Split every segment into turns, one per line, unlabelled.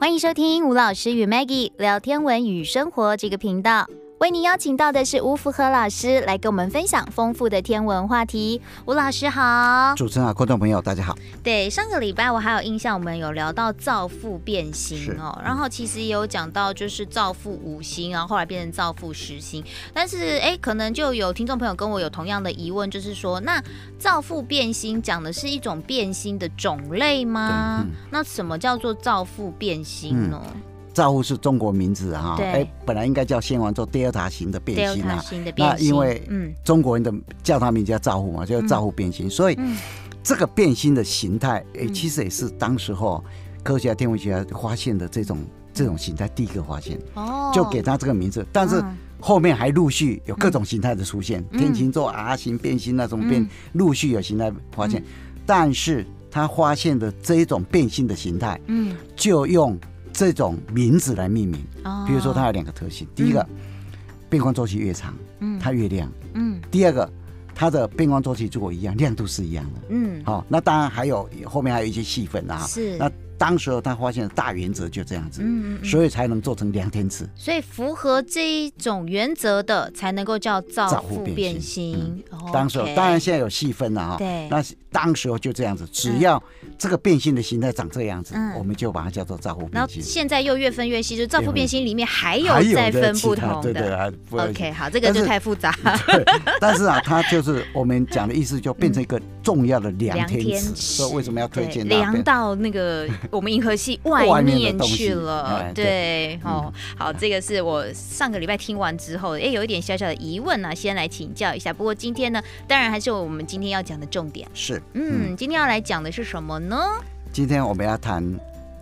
欢迎收听吴老师与 Maggie 聊天文与生活这个频道。为您邀请到的是吴福和老师来跟我们分享丰富的天文话题。吴老师好，
主持人好，观众朋友大家好。
对，上个礼拜我还有印象，我们有聊到造父变星
是
哦，然后其实也有讲到就是造父五星，然后后来变成造父十星。但是哎，可能就有听众朋友跟我有同样的疑问，就是说，那造父变星讲的是一种变星的种类吗？
对
那什么叫做造父变哦星呢？
赵户是中国名字哈，
对
哎，本来应该叫先王座德尔塔型的变形
Delta
啊，
星的变星，
那因为
嗯
中国人的叫他名叫赵户嘛，就是赵户变形，所以
嗯
这个变形的形态，哎，
嗯
其实也是当时候科学家、天文学家发现的这种这种形态第一个发现，
嗯哦，
就给他这个名字。但是
嗯
后面还陆续有各种形态的出现，
嗯
天琴座、R 型变形那种
嗯
变，陆续有形态发现，但是他发现的这一种变形的形态。
嗯，
就用这种名字来命名。
哦
比如说，它有两个特性：第一个，变光周期越长，
嗯
它越亮；
嗯
第二个，它的变光周期如果一样，亮度是一样的。
嗯
好、那当然还有后面还有一些细分啊。
是
那当时候他发现的大原则就这样子，
嗯嗯嗯
所以才能做成两天尺。
所以符合这一种原则的，才能够叫造父变形。哦
嗯当时候
OK
当然现在有细分了哈、
对
那当时候就这样子，只要这个变性的形态长这样子，
嗯
我们就把它叫做照护
然
变
后
性。
现在又越分越细，就是造父变形里面还有
还有
再分
的其
不
他
同
对对
的。
还不会
OK，好，这个
但
就是太复杂。
对，但是啊，它就是我们讲的意思，就变成一个重要的良天
良
子。
天
所以为什么要推荐
对
它
量
变？
到那个我们银河系外
外面的
面
东西
去了
哎，
对，
嗯
哦，好，这个是我上个礼拜听完之后，哎，有一点小小的疑问啊，先来请教一下。不过今天呢，当然还是我们今天要讲的重点。
是，
嗯，今天要来讲的是什么呢？
今天我们要谈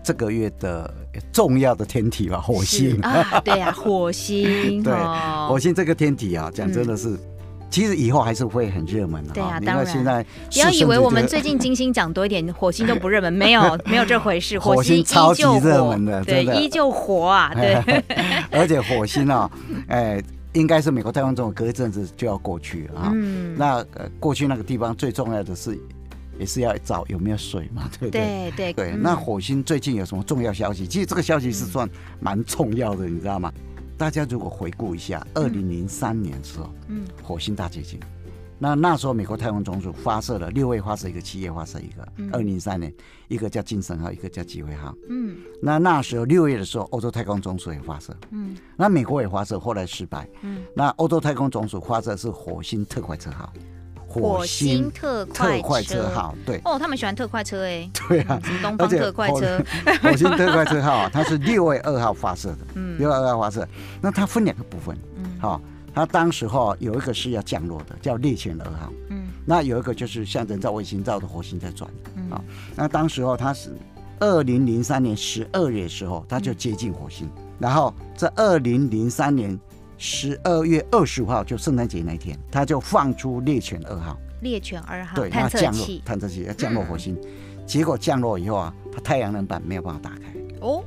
这个月的重要的天体吧，火星
是。 啊，对啊，火星，
对
哦嗯
火星这个天体啊，讲真的是，其实以后还是会很热门的
对啊
哈。你
当
看
然
现在
不
是
要
甚至觉得，
以为我们最近金星讲多一点，火星就不热门，没有没有这回事，
火
星依
星超级
旧
热
火
门的
对，
真的
依旧火啊， 对，
而且火星啊，哎，应该是美国太空总隔一阵子就要过去了啊。
嗯，
那呃过去那个地方最重要的是，也是要找有没有水嘛，对不对？
对对
对，
嗯
那火星最近有什么重要消息？其实这个消息是算蛮重要的，你知道吗？大家如果回顾一下，二零零三年的时候，
嗯
火星大结晶，那那时候美国太空总署发射了六位发射一个，七月发射一个
嗯。
二零零三年，一个叫晋升号，一个叫机会号。
嗯
那那时候六月的时候，欧洲太空总署也发射，
嗯
那美国也发射，后来失败。
嗯，
那欧洲太空总署发射是火星特快车号，
火星特
特快
快
车
车，
号，对。
哦，他们喜欢特快车 哎，
对啊
嗯什么东方特快车，
火火星特快车号啊，它是六月二号发射的，
嗯
六月二号发射。那它分两个部分，
嗯
好、它当时候有一个是要降落的，叫猎犬二号，
嗯
那有一个就是像人造卫星绕着火星在转。
嗯
好那当时候它是二零零三年十二月的时候，它就接近火星，然后在二零零三年十二月二十五号，就圣诞节那一天，它就放出猎犬二号。
猎犬二号
对，
啊
它
探测
降落
器，嗯
探测器要降落火星，结果降落以后啊，它太阳能板没有办法打开，
哦，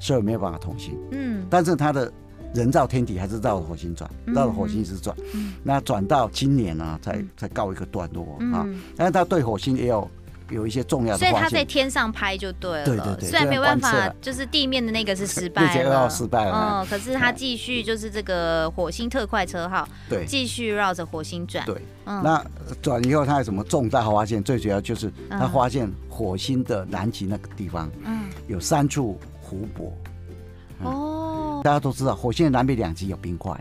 所以没有办法通行。
嗯
但是它的人造天体还是绕着火星转，绕着火星一直转。
嗯
那转到今年呢、啊，才才告一个段落啊。
嗯，
但是它对火星也有有一些重要
所
的
以他
发
在
现。
天上拍就对了，
对对对
虽然没有办
这
法
样观，测
就是地面的那个是失败
猎犬二
了，
号失败了
嗯，可是他继续就是这个火星特快车号
对
继续绕着火星转，
对，
嗯
那转以后它有什么重大发现？最主要就是它
嗯
发现火星的南极那个地方
嗯
有三处湖泊。嗯
哦，
大家都知道，火星的南北两极有冰块，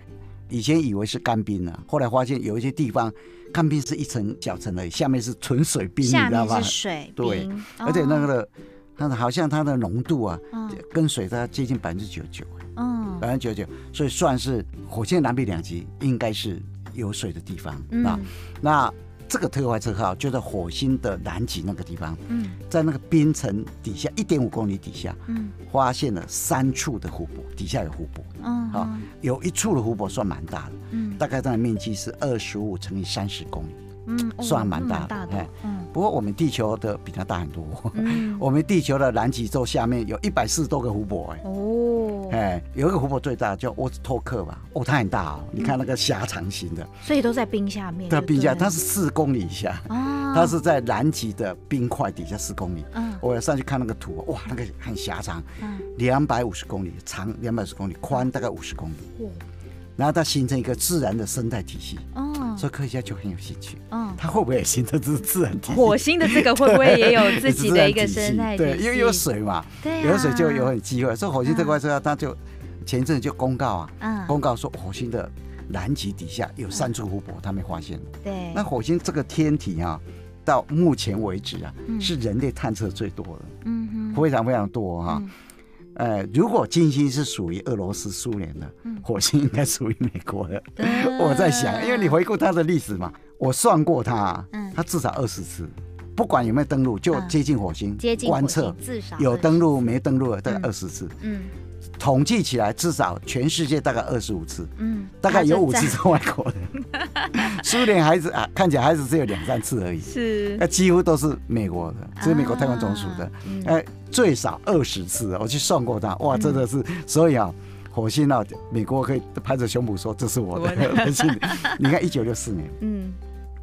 以前以为是干冰呢、后来发现有一些地方干冰是一层小层而已，下面是纯水冰，你
下
知道
面
吧
是？水冰，
对
哦，
而且那个的，它的好像它的浓度啊，
嗯
跟水大概接近百分之九九，
嗯
百分之九九，所以算是火星的南北两极应该是有水的地方啊。
嗯
那这个特快车号就在火星的南极那个地方，
嗯
在那个冰层底下一点五公里底下，
嗯
发现了三处的湖泊，底下有湖泊。
嗯，
好、有一处的湖泊算蛮大的，
嗯
大概它的面积是二十五乘以三十公里。
嗯哦
算蛮
那
大的
的
哎，
嗯
不过我们地球的 比它大很多，
嗯
我们地球的南极洲下面有一百四十多个湖泊、哎，
哦，哦，
哎，有一个湖泊最大叫沃斯托克吧，哦，它很大哦，你看那个狭长型的，
所以都在冰下面。
它
对
冰
不
下
对
它是四公里以下，
啊，
它是在南极的冰块底下四公里。
嗯
我上去看那个图，哦哇，那个很狭长，
嗯，
两百五十公里长，两百五十公里宽，大概五十公里，
哦
然后它形成一个自然的生态体系，
哦
所以科学家就很有兴趣，
嗯，
它会不会也形成自自然体系？
火星的这 个会不会也有自己的一个
自然体系
生态体
对，因为有
系
水嘛，
对啊
有水就有很机会。所以火星这块之后，它就前一阵就公告啊，
嗯
公告说火星的南极底下有三处湖泊，他们发现了。
对
那火星这个天体啊，到目前为止啊，
嗯
是人类探测最多的，
嗯哼
非常非常多哈、
嗯
呃，如果金星是属于俄罗斯、苏联的
嗯，
火星应该属于美国的。
嗯
我在想，因为你回顾它的历史嘛，我算过它、啊
嗯，
它至少二十次，不管有没有登陆，就
嗯
接近火星，
接近火
观
星
测
至少
有
二十
登陆没登陆的大概
嗯
二十次，
嗯
统计起来至少全世界大概二十五次，
嗯，
大概
它就
有五
在
次是外国的。 苏联还是啊，看起来还是只有两三次而已，
是
那几乎都是美国的，这是美国太空总署的
啊，嗯
哎、最少二十次，我去算过它，哇，真的是，所以啊。火星啊，美国可以拍着胸脯说这是 我的。火星，你看一九六四年，
嗯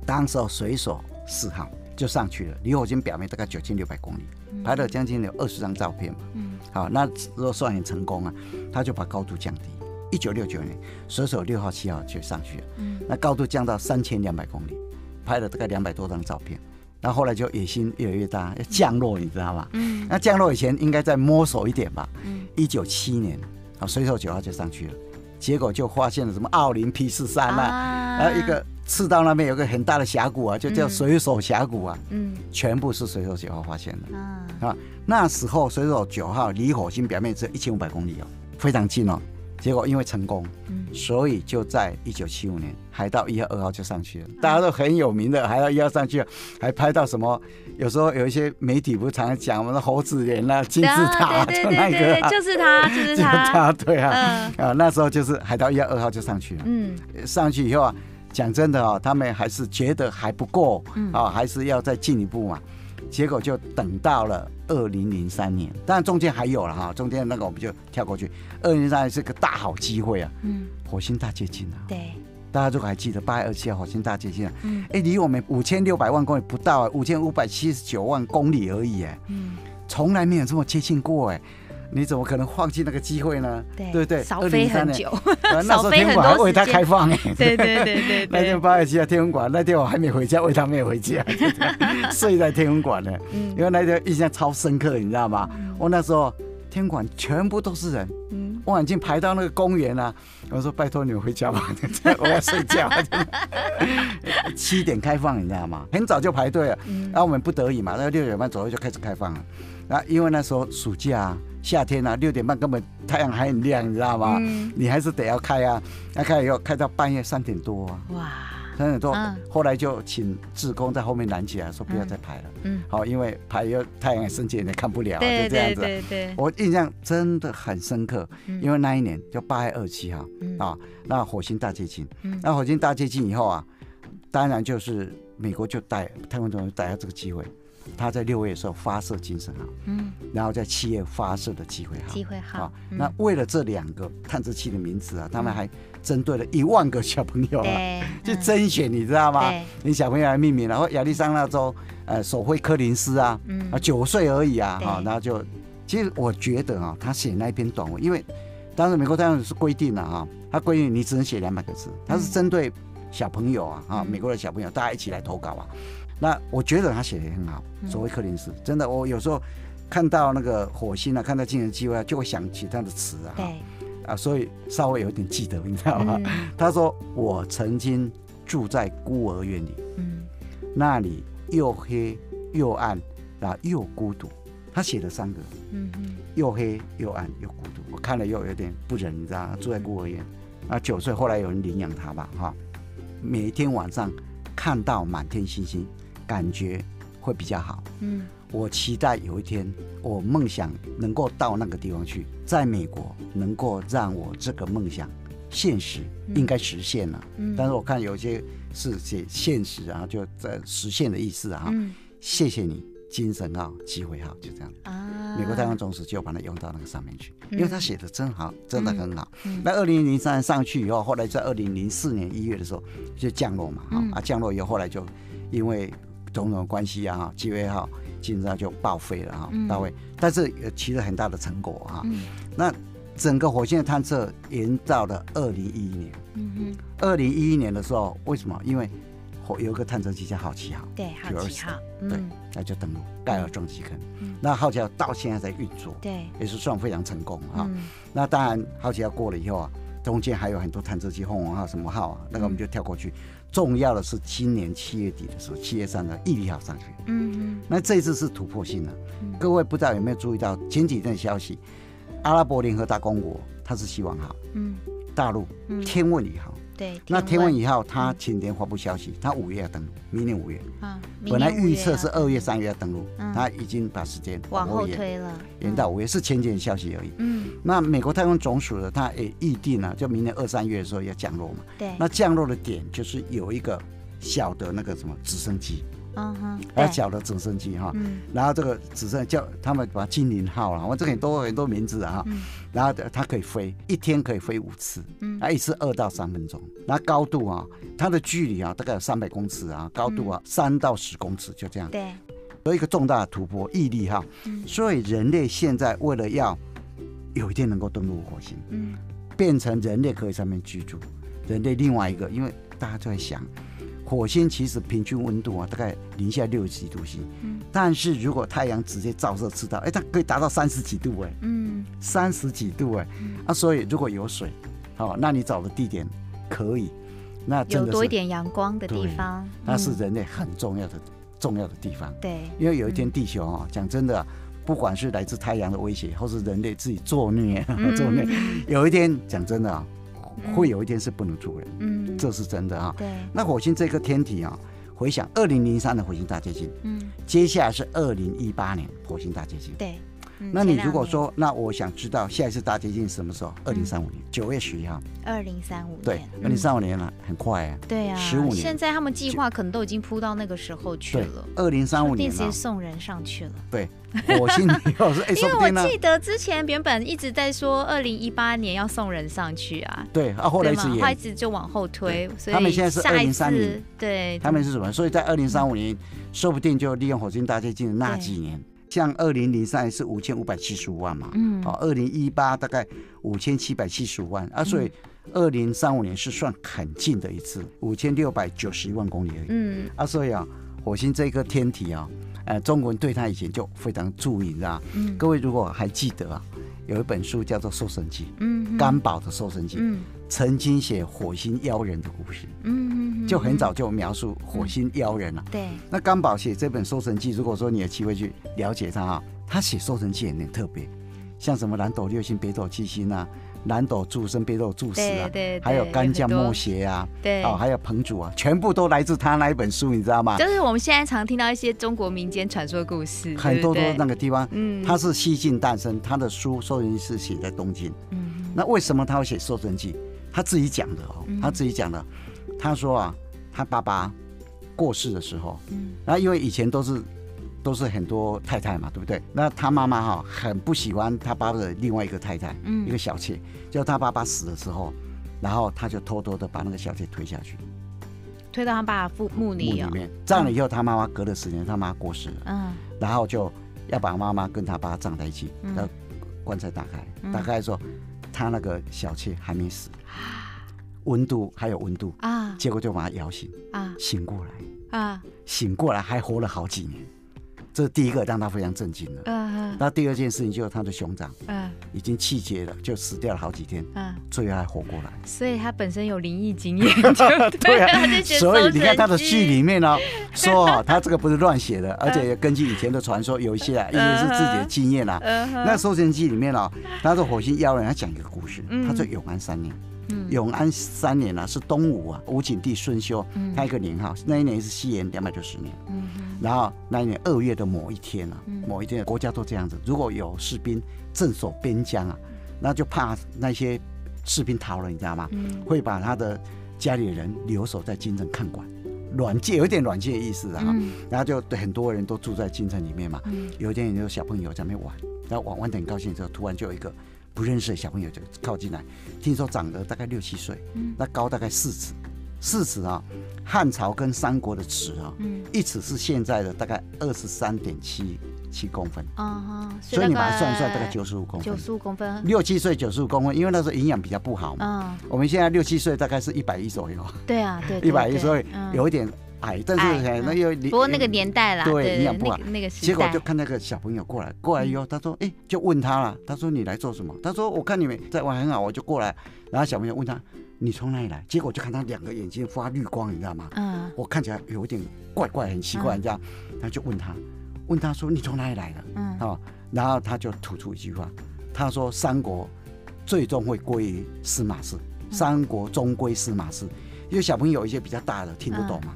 当时候水手四号就上去了，离火星表面大概九千六百公里，拍了将近有二十张照片嘛。
嗯
好，那如果算很成功啊，他就把高度降低。一九六九年，水手六号、七号就上去了，
嗯
那高度降到三千两百公里，拍了大概两百多张照片。那后来就野心越来越大，要降落，你知道吗？
嗯
那降落以前应该再摸索一点吧。
嗯
一九七年，啊，水手九号就上去了，结果就发现了什么奥林匹斯山啊，
啊
然后一个赤道那边有个很大的峡谷啊，就叫
嗯
水手峡谷啊，
嗯
全部是水手九号发现的。
啊
啊，那时候水手九号离火星表面只有一千五百公里哦，非常近哦。结果因为成功，
嗯
所以就在一九七五年，海盗一号、二号就上去了，大家都很有名的海盗一号上去了，还拍到什么？有时候有一些媒体不是常常讲我们的猴子脸啦、金字塔啊，
对
就
对
那
对
个
对
啊、
对，就是他，就是
金字
他，
塔，对啊，
嗯
啊，那时候就是海盗一号、二号就上去了。
嗯
上去以后啊，讲真的哦，他们还是觉得还不够
嗯
啊，还是要再进一步嘛。结果就等到了二零零三年，当然中间还有了哈，中间那个我们就跳过去。二零零三年是个大好机会啊，
嗯，
火星大接近啊，
对，
大家如果还记得八月二七号火星大接近啊，
嗯
哎，离我们五千六百万公里不到、啊，五千五百七十九万公里而已哎，
嗯
从来没有这么接近过哎，你怎么可能放弃那个机会呢？
对
对不对，
少
2003
飞很
年
久，
啊 那时
少
候
飞
天
很
国还
多
为
时
它
间，
开放哎，
对对对对
那天
对，
八月七号天文馆，那天我还没回家，为他没有 回家，睡在天文馆呢。
嗯
因为那天印象超深刻，你知道吗？我那时候天文馆全部都是人，
嗯
望远镜排到那个公园啊。我说拜托你们回家吧， 我要睡觉。 七点开放，你知道吗？很早就排队了，然后我们不得已嘛，那六点半左右就开始开放了。然后因为那时候暑假、啊、夏天啊，六点半根本太阳还很亮，你知道吗？
嗯，
你还是得要开啊，那开以后开到半夜三点多啊。
哇，
三点多
嗯，
后来就请志工在后面拦起来，说不要再排了。
嗯，
好，因为排又太阳也升起，你也看不了啊，
对
就这样
对
子啊。
对对，
我印象真的很深刻，
嗯
因为那一年就八月二七号
嗯
啊，那火星大接近
嗯，
那火星大接近以后啊，当然就是美国就逮太空总署逮到这个机会，他在六月的时候发射精神号，
嗯，
然后在七月发射的机会号。
机会好
啊，，那为了这两个探测器的名字啊，他们还针对了一万个小朋友啊，
嗯对，
去甄选，你知道吗
嗯对？
你小朋友来命名，然后亚利桑那州呃首会柯林斯啊，
嗯
啊九岁而已啊，
对
哈、然后就其实我觉得啊，他写那一篇短文，因为当时美国太空是规定了啊，他规定你只能写两百个字，他是针对小朋友啊啊，
嗯
美国的小朋友大家一起来投稿啊。那我觉得他写的很好，
嗯
首会柯林斯真的，我有时候看到那个火星啊，看到精神机会啊，就会想起他的词啊，哈
对，
啊，所以稍微有点记得，你知道吗？
嗯
他说我曾经住在孤儿院里，
嗯
那里又黑又暗，啊又孤独。他写了三个，
嗯嗯
又黑又暗又孤独。我看了又有点不忍，你知道吗？住在孤儿院，啊，九岁后来有人领养他吧，哈。每天晚上看到满天星星，感觉会比较好。
嗯
我期待有一天，我梦想能够到那个地方去，在美国能够让我这个梦想现实，
嗯
应该实现了。
嗯，
但是我看有些是写现实啊，就在实现的意思啊。
嗯
谢谢你，精神号、机会号，就这样。
啊，
美国太空总署就把它用到那个上面去，因为他写的真好，真的很好。
嗯
那二零零三上去以后，后来在二零零四年一月的时候就降落嘛，哈、
嗯
啊降落以后，后来就因为种种关系啊，哈，机会号、金字塔就报废了哈
嗯，
到位，但是也取得很大的成果哈、
嗯
那整个火星的探测延到了二零一一年，
嗯哼，
二零一一年的时候，为什么？因为火有一个探测器叫好奇号，
对，好奇号，
对
嗯，
那就登陆盖尔撞击坑，
嗯
那好奇号到现在在运作，
对，
也是算非常成功哈、
嗯
那当然，好奇号过了以后啊，中间还有很多探测器、凤凰号什么号啊，那个我们就跳过去。重要的是今年七月底的时候，七月三的毅力号上去，
嗯
那这一次是突破性的、
嗯
各位不知道有没有注意到前几天的消息，阿拉伯联合大公国它是希望号，
嗯
大陆
嗯，
天问一号。
对，
那天问
文
一号它前天发布消息，它五月要登陆，明年五月。
啊，明
本来
年五
预
啊
测是二月、三月要登陆，
嗯
它已经把时间
往后
延
推嗯了，
延到五月，是前几天的消息而已。
嗯，
那美国太空总署的，它也预定了、就明年二三月的时候要降落嘛
嗯。对，
那降落的点就是有一个小的那个什么直升机，
嗯哼，
还有
对
小的直升机哈。
嗯
然后这个直升叫他们把它精灵号了，我这个很多很多名字啊哈。
嗯
然后它可以飞，一天可以飞五次，
嗯
啊，一次二到三分钟。那高度啊，它的距离啊，大概有三百公尺啊，高度啊三到十公尺，就这样。
嗯对，
有一个重大的突破，毅力哈
嗯。
所以人类现在为了要有一天能够登陆火星，
嗯
变成人类可以上面居住，人类另外一个，因为大家都在想，火星其实平均温度啊大概零下六十几度 C，
嗯
但是如果太阳直接照射赤道，哎、它可以达到三十几度哎、
嗯
三十几度哎、
嗯
啊，所以如果有水，好、那你找的地点可以，那真
有
的
多一
是
点阳光的地
对
方，
那是
嗯
人类很重要的重要的地方。
对，
因为有一天
嗯
地球啊、讲真的啊、不管是来自太阳的威胁，或是人类自己作孽、
嗯
作孽，有一天讲真的啊、会有一天是不能住人，
嗯，
这是真的啊、
对，
那火星这个天体啊、回想二零零三的火星大接近，
嗯
接下来是二零一八年火星大接近。
对，嗯
那你
前两
如果
年
说，那我想知道下一次大接近什么时候？二零三五年九月十一号，
二零三五
对
年，，
二
嗯
零三五年了，很快啊。
对啊，
15年
现在他们计
就
划可能都已经铺到那个时候去
对
了，，
二零三五
说不定
年
直
了
接，送人上去了。
对， 火星以后是哎，
因
说
为
不定呢
我。记得之前原本一直在说二零一八年要送人上去啊，
对啊，后来
对
一直
吗？
延
他一直就往后推，所以
他们现在是
下一
2030
次对，
他们是什么？所以在二零三五年，说不定就利用火星大跃进的那
对
几年，像二零零三是五千五百七十五万嘛，
嗯
哦，二零一八大概五千七百七十五万啊，所以
嗯
二零三五年是算很近的一次，五千六百九十一万公里而已
嗯
啊，所以啊，火星这个天体啊，呃，中国人对它以前就非常注意，你知道吗？
嗯
各位如果还记得啊，有一本书叫做《瘦身记》，
嗯
甘宝的瘦身记，
嗯
曾经写火星妖人的故事，
嗯嗯
就很早就描述火星妖人了、
对
那甘宝写这本《搜神记》，如果说你有机会去了解它啊，他写《搜神记》也很特别，像什么蓝斗六星、北斗七星啊，蓝斗柱身、北斗柱石啊，
对对对
还有干将
有很多
莫邪啊，
对
哦，还有彭祖啊，全部都来自他那一本书，你知道吗？
就是我们现在常听到一些中国民间传说故事，
很多都
对
是
不
那
对
个地方，
嗯
他是西晋诞生，他的书《搜神记》是写在东晋。
嗯
那为什么他会写《搜神记》？他自己讲的哦，他自己讲的。他说啊，他爸爸过世的时候，
嗯
那因为以前都是都是很多太太嘛，对不对？那他妈妈哈很不喜欢他爸爸的另外一个太太，
嗯
一个小妾。就他爸爸死的时候，然后他就偷偷的把那个小妾推下去
推到他爸父墓
墓
里
里
啊，
面，葬了以后，他妈妈隔了十年，他妈过世了，
嗯
然后就要把妈妈跟他爸葬在一起，
嗯
然后棺材打开，打开的时候，他那个小妾还没死，温度还有温度，
啊
结果就把他摇醒，
啊
醒过来，
啊
醒过来还活了好几年，这是第一个让他非常震惊的。
嗯
那第二件事情就是他的熊掌
嗯
已经气绝了，就死掉了好几天，
嗯，
最后还活过来。
所以他本身有灵异经验，就对了，他就写
所以你看他的
搜神
剧
记
里面呢、说哦，他这个不是乱写的，而且也根据以前的传说，有一些啊，一些是自己的经验啊啦、
嗯哼
那《搜神记》里面呢、哦他说火星妖人，他讲一个故事，
嗯
他说永安三年，
嗯
永安三年啊，是东吴啊吴景帝孙修
嗯
他一个年号，那一年是西元两百九十年。
嗯哼
然后那一年二月的某一天啊，
嗯
某一天国家都这样子，如果有士兵镇守边疆啊，那就怕那些士兵逃了，你知道吗？
嗯
会把他的家里人留守在京城看管，软界，有一点软界的意思啊。
嗯
然后就对很多人都住在金城里面嘛，
嗯
有一天有小朋友在那边玩，然后玩玩得很高兴之后，突然就有一个不认识的小朋友就靠近来，听说长得大概六七岁
嗯，
那高大概四尺，四尺啊，汉朝跟三国的尺啊，
嗯
一尺是现在的大概二十三点七七公分，
啊哈，
所以你把它
大
算一算，大概九十五公分
九，十五公分，
六七岁九十五公分，因为那时候营养比较不好嘛。
嗯，
我们现在六七岁大概是一百一左右，
对啊，对，对
一百一所以有，
对嗯
一点矮，但是
矮
哎
嗯
那又
嗯不过那个年代啦，
对
对，
营
对
养不
那
好
个那个时代，嗯
结果就看那个小朋友过来，过来以后，他说：“哎、就问他了。”他说：“你来做什么？”他说：“我看你们在玩很好，我就过来。”然后小朋友问他：“你从哪里来？”结果就看他两个眼睛发绿光，你知道吗？
嗯
我看起来有点怪怪，很奇怪，
嗯
这样，然后就问他，问他说：“你从哪里来的
嗯？”
啊、然后他就吐出一句话，他说：“三国最终会归于司马氏，三国终归司马氏。”因为小朋友有一些比较大的听不懂嘛，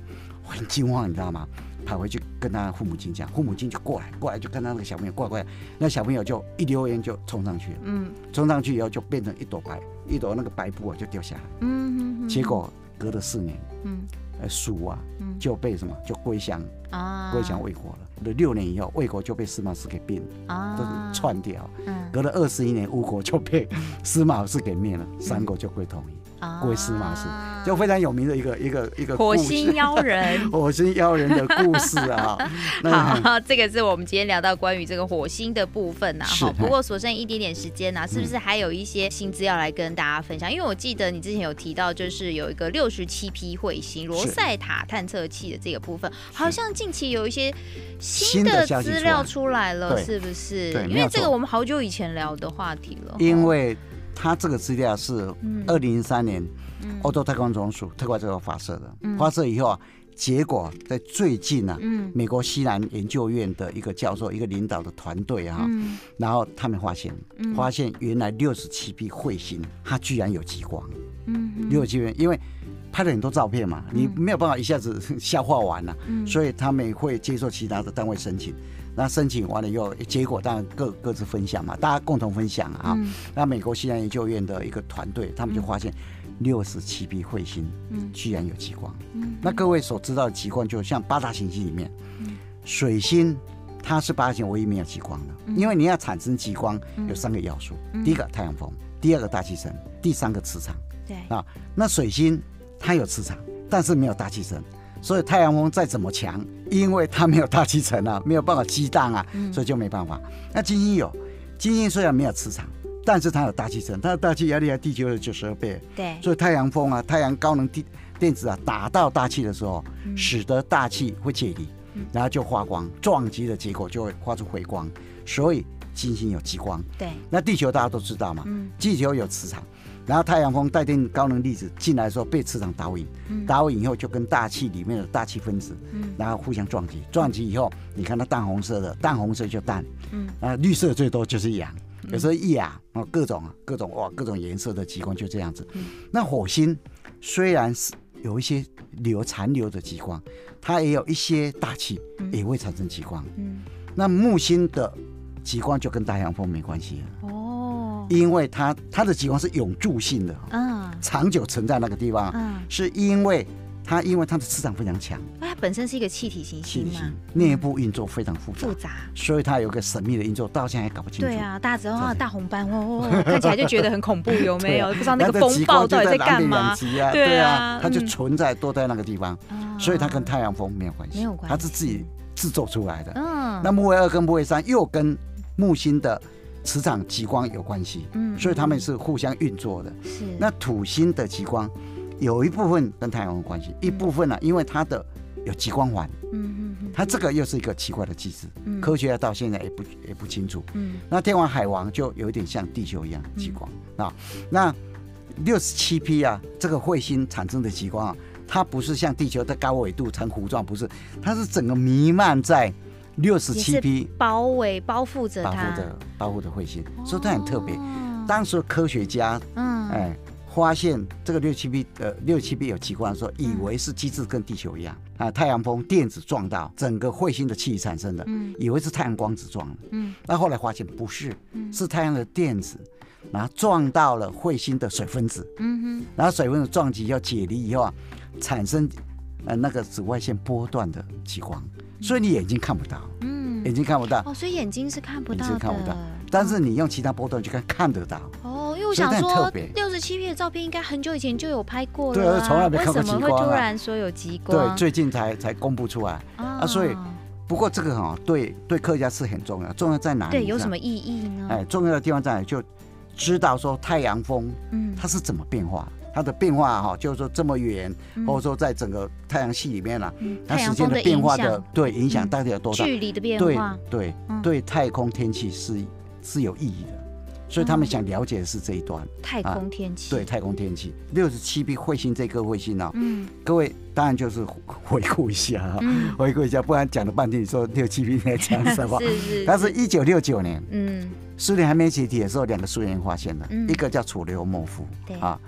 我很惊慌，你知道吗？跑回去跟他父母亲讲，父母亲就过来，过来就跟他那个小朋友过来，过来，那小朋友就一溜烟就冲上去了，
嗯
冲上去以后就变成一朵白，一朵那个白布啊就掉下来，
嗯嗯，
结果隔了四年，
嗯
呃，蜀啊
嗯
就被什么就归降
啊，
归降魏国了。六年以后，魏国就被司马氏给并，
啊，
都是串掉。
嗯
隔了二十一年，吴国就被司马氏给灭了，三国就归统一，
嗯啊
归司马氏，就非常有名的一个一个一个
火
故事
星妖人。
火星妖人的故事 啊。 那
好， 这个是我们今天聊到关于这个火星的部分呐、啊。
是嗯
哈，不过所剩一点点时间呐、啊是不是还有一些新资料来跟大家分享？因为我记得你之前有提到，就是有一个六十七批彗星罗塞塔探测器的这个部分，好像近期有一些新的
新的消息
资料出来了，
对
是不是？
对
因
没
为
有错
这个我们好久以前聊的话题了。
因为他这个资料是
嗯
二零零三年
嗯
欧洲太空总署特快这个发射的
嗯，
发射以后啊，结果在最近啊。
嗯
美国西南研究院的一个教授、一个领导的团队啊，
嗯
然后他们发现，发现原来六十七批彗星它居然有极光，
嗯
六十七因为拍了很多照片嘛，你没有办法一下子 消化完了、
嗯
所以他们会接受其他的单位申请。那申请完了以后，结果当然各各自分享嘛，大家共同分享啊。
嗯
那美国西南研究院的一个团队，他们就发现六十七批彗星
嗯
居然有极光。
嗯
那各位所知道的极光，就像八大行星里面，水星它是八大行星唯一没有极光的，
嗯
因为你要产生极光有三个要素：第一个太阳风，第二个大气层，第三个磁场
对
啊。那水星它有磁场，但是没有大气层。所以太阳风再怎么强，因为它没有大气层啊，没有办法激荡啊，所以就没办法。那金星有，金星虽然没有磁场，但是它有大气层，它的大气压力在地球的九十二倍，
对
所以太阳风啊，太阳高能电电子啊，打到大气的时候，使得大气会解离，然后就发光，撞击的结果就会发出回光，所以金星有极光。
对
那地球大家都知道嘛，
嗯
地球有磁场，然后太阳风带电高能粒子进来的时候被磁场导引，
嗯
打导引以后就跟大气里面的大气分子，然后互相撞击，撞击以后，你看它淡红色的，淡红色就氮，
嗯，
啊，绿色最多就是氧，有时候液啊，啊各种啊各种哇各种颜色的极光就这样
嗯
子。那火星虽然是有一些流残留的极光，它也有一些大气也会产生极光。
嗯
那木星的极光就跟太阳风没关系了，
哦
因为它它的极光是永驻性的，
嗯
长久存在那个地方，
嗯。
是因为它因为它的磁场非常强，
它本身是一个气体行
气
星
体
嘛
型，内部运作非常复杂
复，杂。
所以它有一个神秘的运作，到现在还搞不清楚。
对啊，大家只要啊大红斑哦，哦看起来就觉得很恐怖，有没 有？不知道那个
它的
风
极
暴
光就
到底在
在哪
干
里
嘛
两？极啊，
对啊
对啊，它就
嗯
存在都在那个地方，
啊
所以它跟太阳风没有关系，
没有关系
它是自己制作出来的。
嗯，
那木卫二跟木卫三又跟木星的磁场极光有关系，
嗯
所以它们是互相运作的。
是
那土星的极光有一部分跟太阳有关系，一部分呢、啊因为它的有极光环，
嗯嗯
它这个又是一个奇怪的机制，
嗯
科学家到现在也不也不清楚。
嗯
那天王海王就有一点像地球一样极光啊。那六十七批啊，这个彗星产生的极光啊，它不是像地球的高纬度呈弧状，不是，它是整个弥漫在六十
也
七
是
批
包围包覆着
保护
它，
的保护的彗星，所以它很特别。
哦
当时科学家
嗯
哎，发现这个六七 B 呃六七 B 有极光的时候，
嗯
以为是机制跟地球一样啊，太阳风电子撞到整个彗星的气体产生的，
嗯
以为是太阳光子撞的，
嗯，
那后来发现不是，是太阳的电子，然后撞到了彗星的水分子，
嗯
然后水分子撞击要解离以后啊，产生呃那个紫外线波段的激光，所以你眼睛看不到，
嗯，
眼睛看不到，
哦，所以眼睛是看不
眼
到
睛
的，嗯
看不到但是你用其他波段去看看得到。
哦，因为我
所以
想
它很特
说
别，
六十七 P 的照片应该很久以前就有拍过
对
了、啊，
而且从来没看过
为什么
极
会
光啊
突然说有极光？
对，最近才才公布出来。
啊
所以不过这个哈、对对客家是很重要，重要在哪里？
对有
你知
什
道
么？嗯意义呢？
哎，重要的地方在哪里？就知道说太阳风
嗯，
它是怎么变化，它的变化哈、就是说这么远，
嗯
或者说在整个太阳系里面啊，
嗯
它
太
时
阳
间
风
的变
影
化的
响、
对影响
嗯
到底有多大？
距离的变
对
化，
对
嗯
对，太空天气是是有意义的，所以他
嗯
们想了解的是这一段。
太
啊
空天气，
对，太空天气，六十七 B 彗星这颗彗星呢、啊
嗯
各位当然就是回回顾一下哈、
嗯，
回顾一下，不然讲了半天，你说六七 B 你在讲什么？
是是，
但是，一九六九年
嗯，
苏联还没解体的时候，两个苏联发现的，
嗯
一个叫楚留莫夫
对，
啊，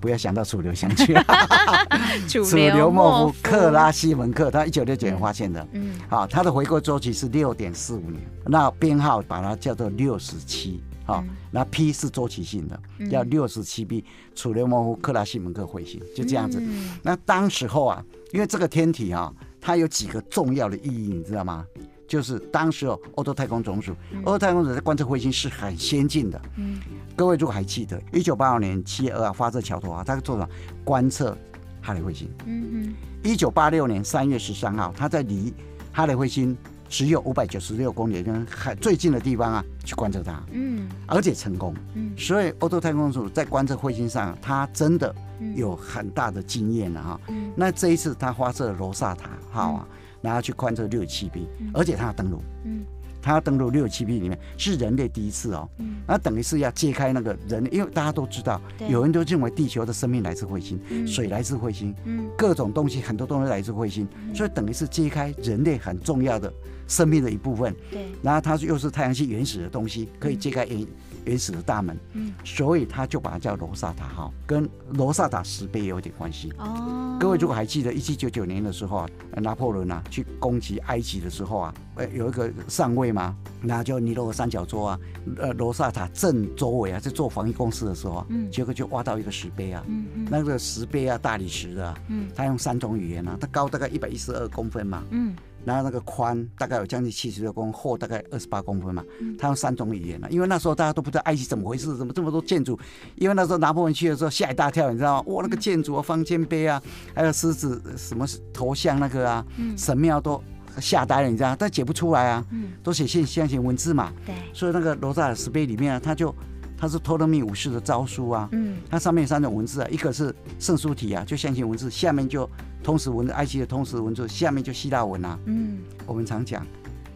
不要想到楚留香去，啊
楚
楚留莫夫
夫
克，拉西门克，他一九六九年发现的。
嗯
啊，它的回购周期是六点四五年，那编号把它叫做六十七，啊
嗯，
那 P 是周期性的，
嗯
叫六十七 B 楚留莫夫克拉西门克彗星，就这样子。
嗯
那当时候啊，因为这个天体啊，它有几个重要的意义，你知道吗？就是当时哦，欧洲太空总署，欧洲太空总署在观测彗星是很先进的。
嗯
各位如果还记得，一九八二年七月二号发射桥头啊，它做了观测哈雷彗星。
嗯
一九八六年三月十三号，他在离哈雷彗星只有五百九十六公里跟海最近的地方啊，去观测它，
嗯
而且成功。
嗯
所以欧洲太空署在观测彗星上，啊它真的
嗯，
有很大的经验了哈。
嗯
那这一次它发射罗萨塔号啊，然后去观测六七 B，
嗯
而且它要登陆，
嗯
它要登陆六七 B 里面是人类第一次哦。
嗯
那等于是要揭开那个人类，因为大家都知道，
对
有人都认为地球的生命来自彗星，
嗯
水来自彗星，
嗯
各种东西，很多东西来自彗星，所以等于是揭开人类很重要的生命的一部分。
对
然后它又是太阳系原始的东西，可以揭开原原始的大门，
嗯
所以它就把它叫罗萨塔号，跟罗萨塔石碑有点关系。
哦，
各位如果还记得，一七九九年的时候啊，拿破仑啊去攻击埃及的时候啊，呃，有一个上尉嘛，那就尼罗河三角洲啊，呃，罗萨塔镇周围啊，在做防御工事的时候啊，
嗯
结果就挖到一个石碑啊，
嗯嗯
那个石碑啊，大理石的、啊，
嗯
它用三种语言啊，它高大概一百一十二公分嘛，
嗯
然后那个宽大概有将近七十六公分，厚大概二十八公分嘛
嗯，
它用三种语言啊，因为那时候大家都不知道埃及怎么回事，怎么这么多建筑，因为那时候拿破仑去的时候吓一大跳，你知道吗？哇，那个建筑啊，方尖碑啊，还有狮子什么头像那个啊，
嗯
神庙都吓呆了，你知道吗，但解不出来啊，
嗯
都写现象型文字嘛，
对
所以那个罗萨尔石碑里面啊，它就它是托勒密五世的诏书啊，
嗯
它上面有三种文字啊，一个是圣书体啊，就象形文字，下面就通识文字，埃及的通识文字，下面就希腊文啊。
嗯
我们常讲，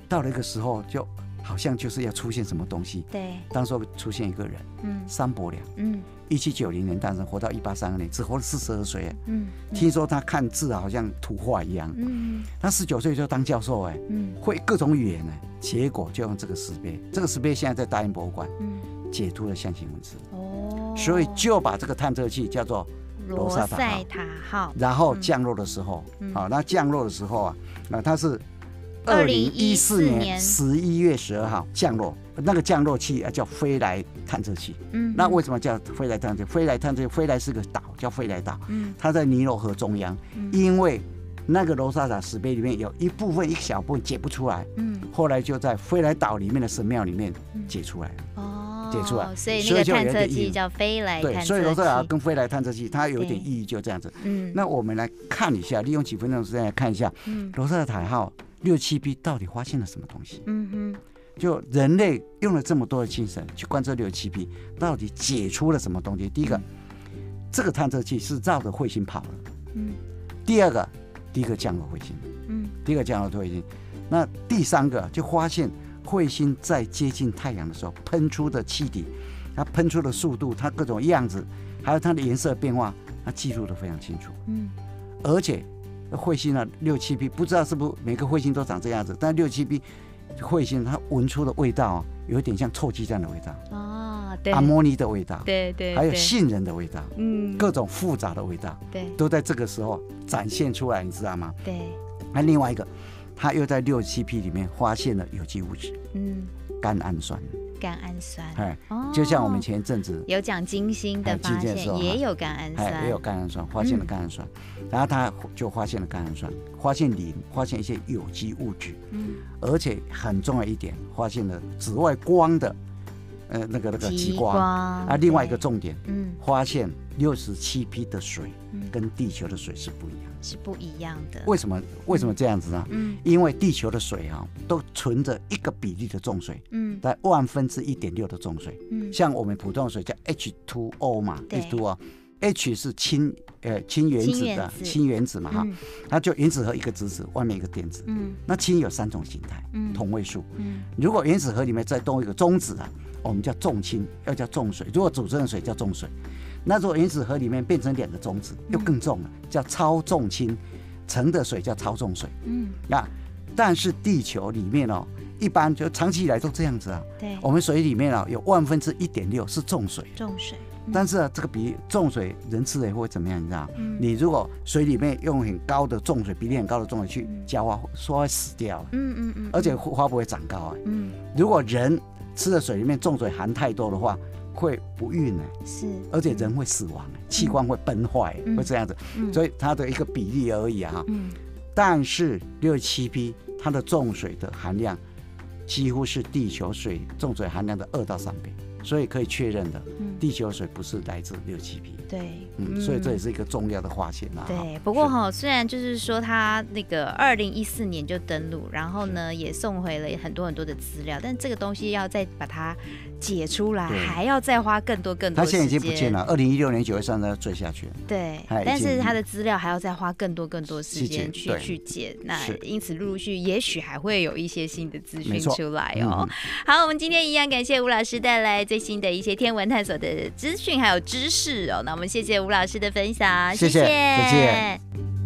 到了一个时候，就好像就是要出现什么东西。
对
当时候出现一个人，
嗯
桑伯良，
嗯
一七九零年诞生，活到一八三二年，只活了四十二岁。啊
嗯
听说他看字啊，好像图画一样。
嗯
他十九岁就当教授，哎，
嗯
会各种语言呢。结果就用这个石碑，这个石碑现在在大英博物馆
嗯
解读了象形文字，
哦，
所以就把这个探测器叫做
罗
罗
塞
塞
塔号
然后降落的时候，
嗯
好、那降落的时候啊，那它是二零一
2014
四
年
年十一月十二号降落，那个降落器啊叫飞来探测器。
嗯
那为什么叫飞来探测？飞来探测，飞来是个岛，叫飞来岛，
嗯
它在尼罗河中央，
嗯
因为那个罗萨塔石碑里面有一部分一小部分解不出来，
嗯
后来就在飞来岛里面的神庙里面
嗯
解出来了。
哦
解出来
所以那个
所以就有
探
一个
测
意
器
义
叫飞来
对，
探
所以罗
测
萨塔
器，
跟飞来探测器它有一点
对
意义，就这样子。
嗯
那我们来看一下，利用几分钟的时间来看一下
嗯
罗塞塔号六七 B 到底发现了什么东西？
嗯哼
就人类用了这么多的精神去观测六七 B，到底解出了什么东西？第一个，这个探测器是绕着彗星跑了；
嗯
第二个，第一个降落彗星，
嗯
第一个降落彗星；那第三个就发现彗星在接近太阳的时候喷出的气体，它喷出的速度，它各种样子，还有它的颜色变化，它记录的非常清楚。
嗯
而且彗星呢，六七 B 不知道是不是每个彗星都长这样子，但六七 B 彗星它闻出的味道、啊，有点像臭鸡蛋的味道、
哦对
阿摩尼的味道，
对对，
还有
对
杏仁的味道，
嗯
各种复杂的味道
对
都在这个时候展现出来，你知道吗？
对
那另外一个，它又在六七 P 里面发现了有机物质
嗯
甘氨酸，
甘氨酸，
哎，
哦
就像我们前一阵子
有讲金星的
哎
发
金星的
现
时候，
也
哈
有甘氨
哎，
哦酸，嗯
也有甘氨酸，发现了甘氨酸，然后他就发现了甘氨酸，发现磷，发现一些有机物质，
嗯
而且很重要一点，发现了紫外光的，呃，那个那个
极
极光
光
啊。另外一个
对
重点，
嗯
发现六十七批的水
嗯
跟地球的水是不一样的。
是不一样的，
为什么？为什么这样子呢？
嗯
因为地球的水啊，都存着一个比例的重水，
嗯
在万分之一点六的重水。
嗯
像我们普通的水叫 H2O 嘛
对
，H2O。H 是氢，呃，氢原子
氢原
的
子
氢原子嘛哈，
嗯
它就原子核一个质子，外面一个电子。
嗯
那氢有三种形态，
嗯
同位素。
嗯
如果原子核里面再动一个中子啊，我们叫重氢，要叫重水。如果组成的水叫重水，那如果原子核里面变成两个中子，
嗯
又更重了，叫超重氢，盛的水叫超重水。
嗯，
那但是地球里面哦，一般就长期以来都这样子啊。
对，
我们水里面啊有万分之一点六是重水，
重水，
但是啊这个比重水人吃了也会怎么样？你知道？
嗯
你如果水里面用很高的重水，比例很高的重水去浇花，说会死掉了，
嗯嗯嗯，
而且花不会长高啊。
嗯
如果人吃的水里面重水含太多的话，会不孕呢、
是，
而且人会死亡、器官会崩坏、
嗯
会这样子，
嗯
所以它的一个比例而已啊。
嗯
但是六七 P 它的重水的含量几乎是地球水重水含量的二到三倍，所以可以确认的，
嗯
地球水不是来自六七 P。
对，
嗯，所以这也是一个重要的发现啊。哈
对，不过哈、虽然就是说他那个二零一四年就登陆，然后呢也送回了很多很多的资料，但这个东西要再把它解出来，
对
还要再花更多更多
它
的时间。
现在已经不见了，二零一六年九月三十号坠下去了。
对
它已，
但是
经嗯
他的资料还要再花更多更多时
细
间
节
去
对
去解，那
是
因此陆陆续也许还会有一些新的资讯
没错
出来
嗯
哦。好，我们今天一样感谢吴老师带来最新的一些天文探索的资讯还有知识哦。那我们谢谢吴老师的分享，
谢谢再见。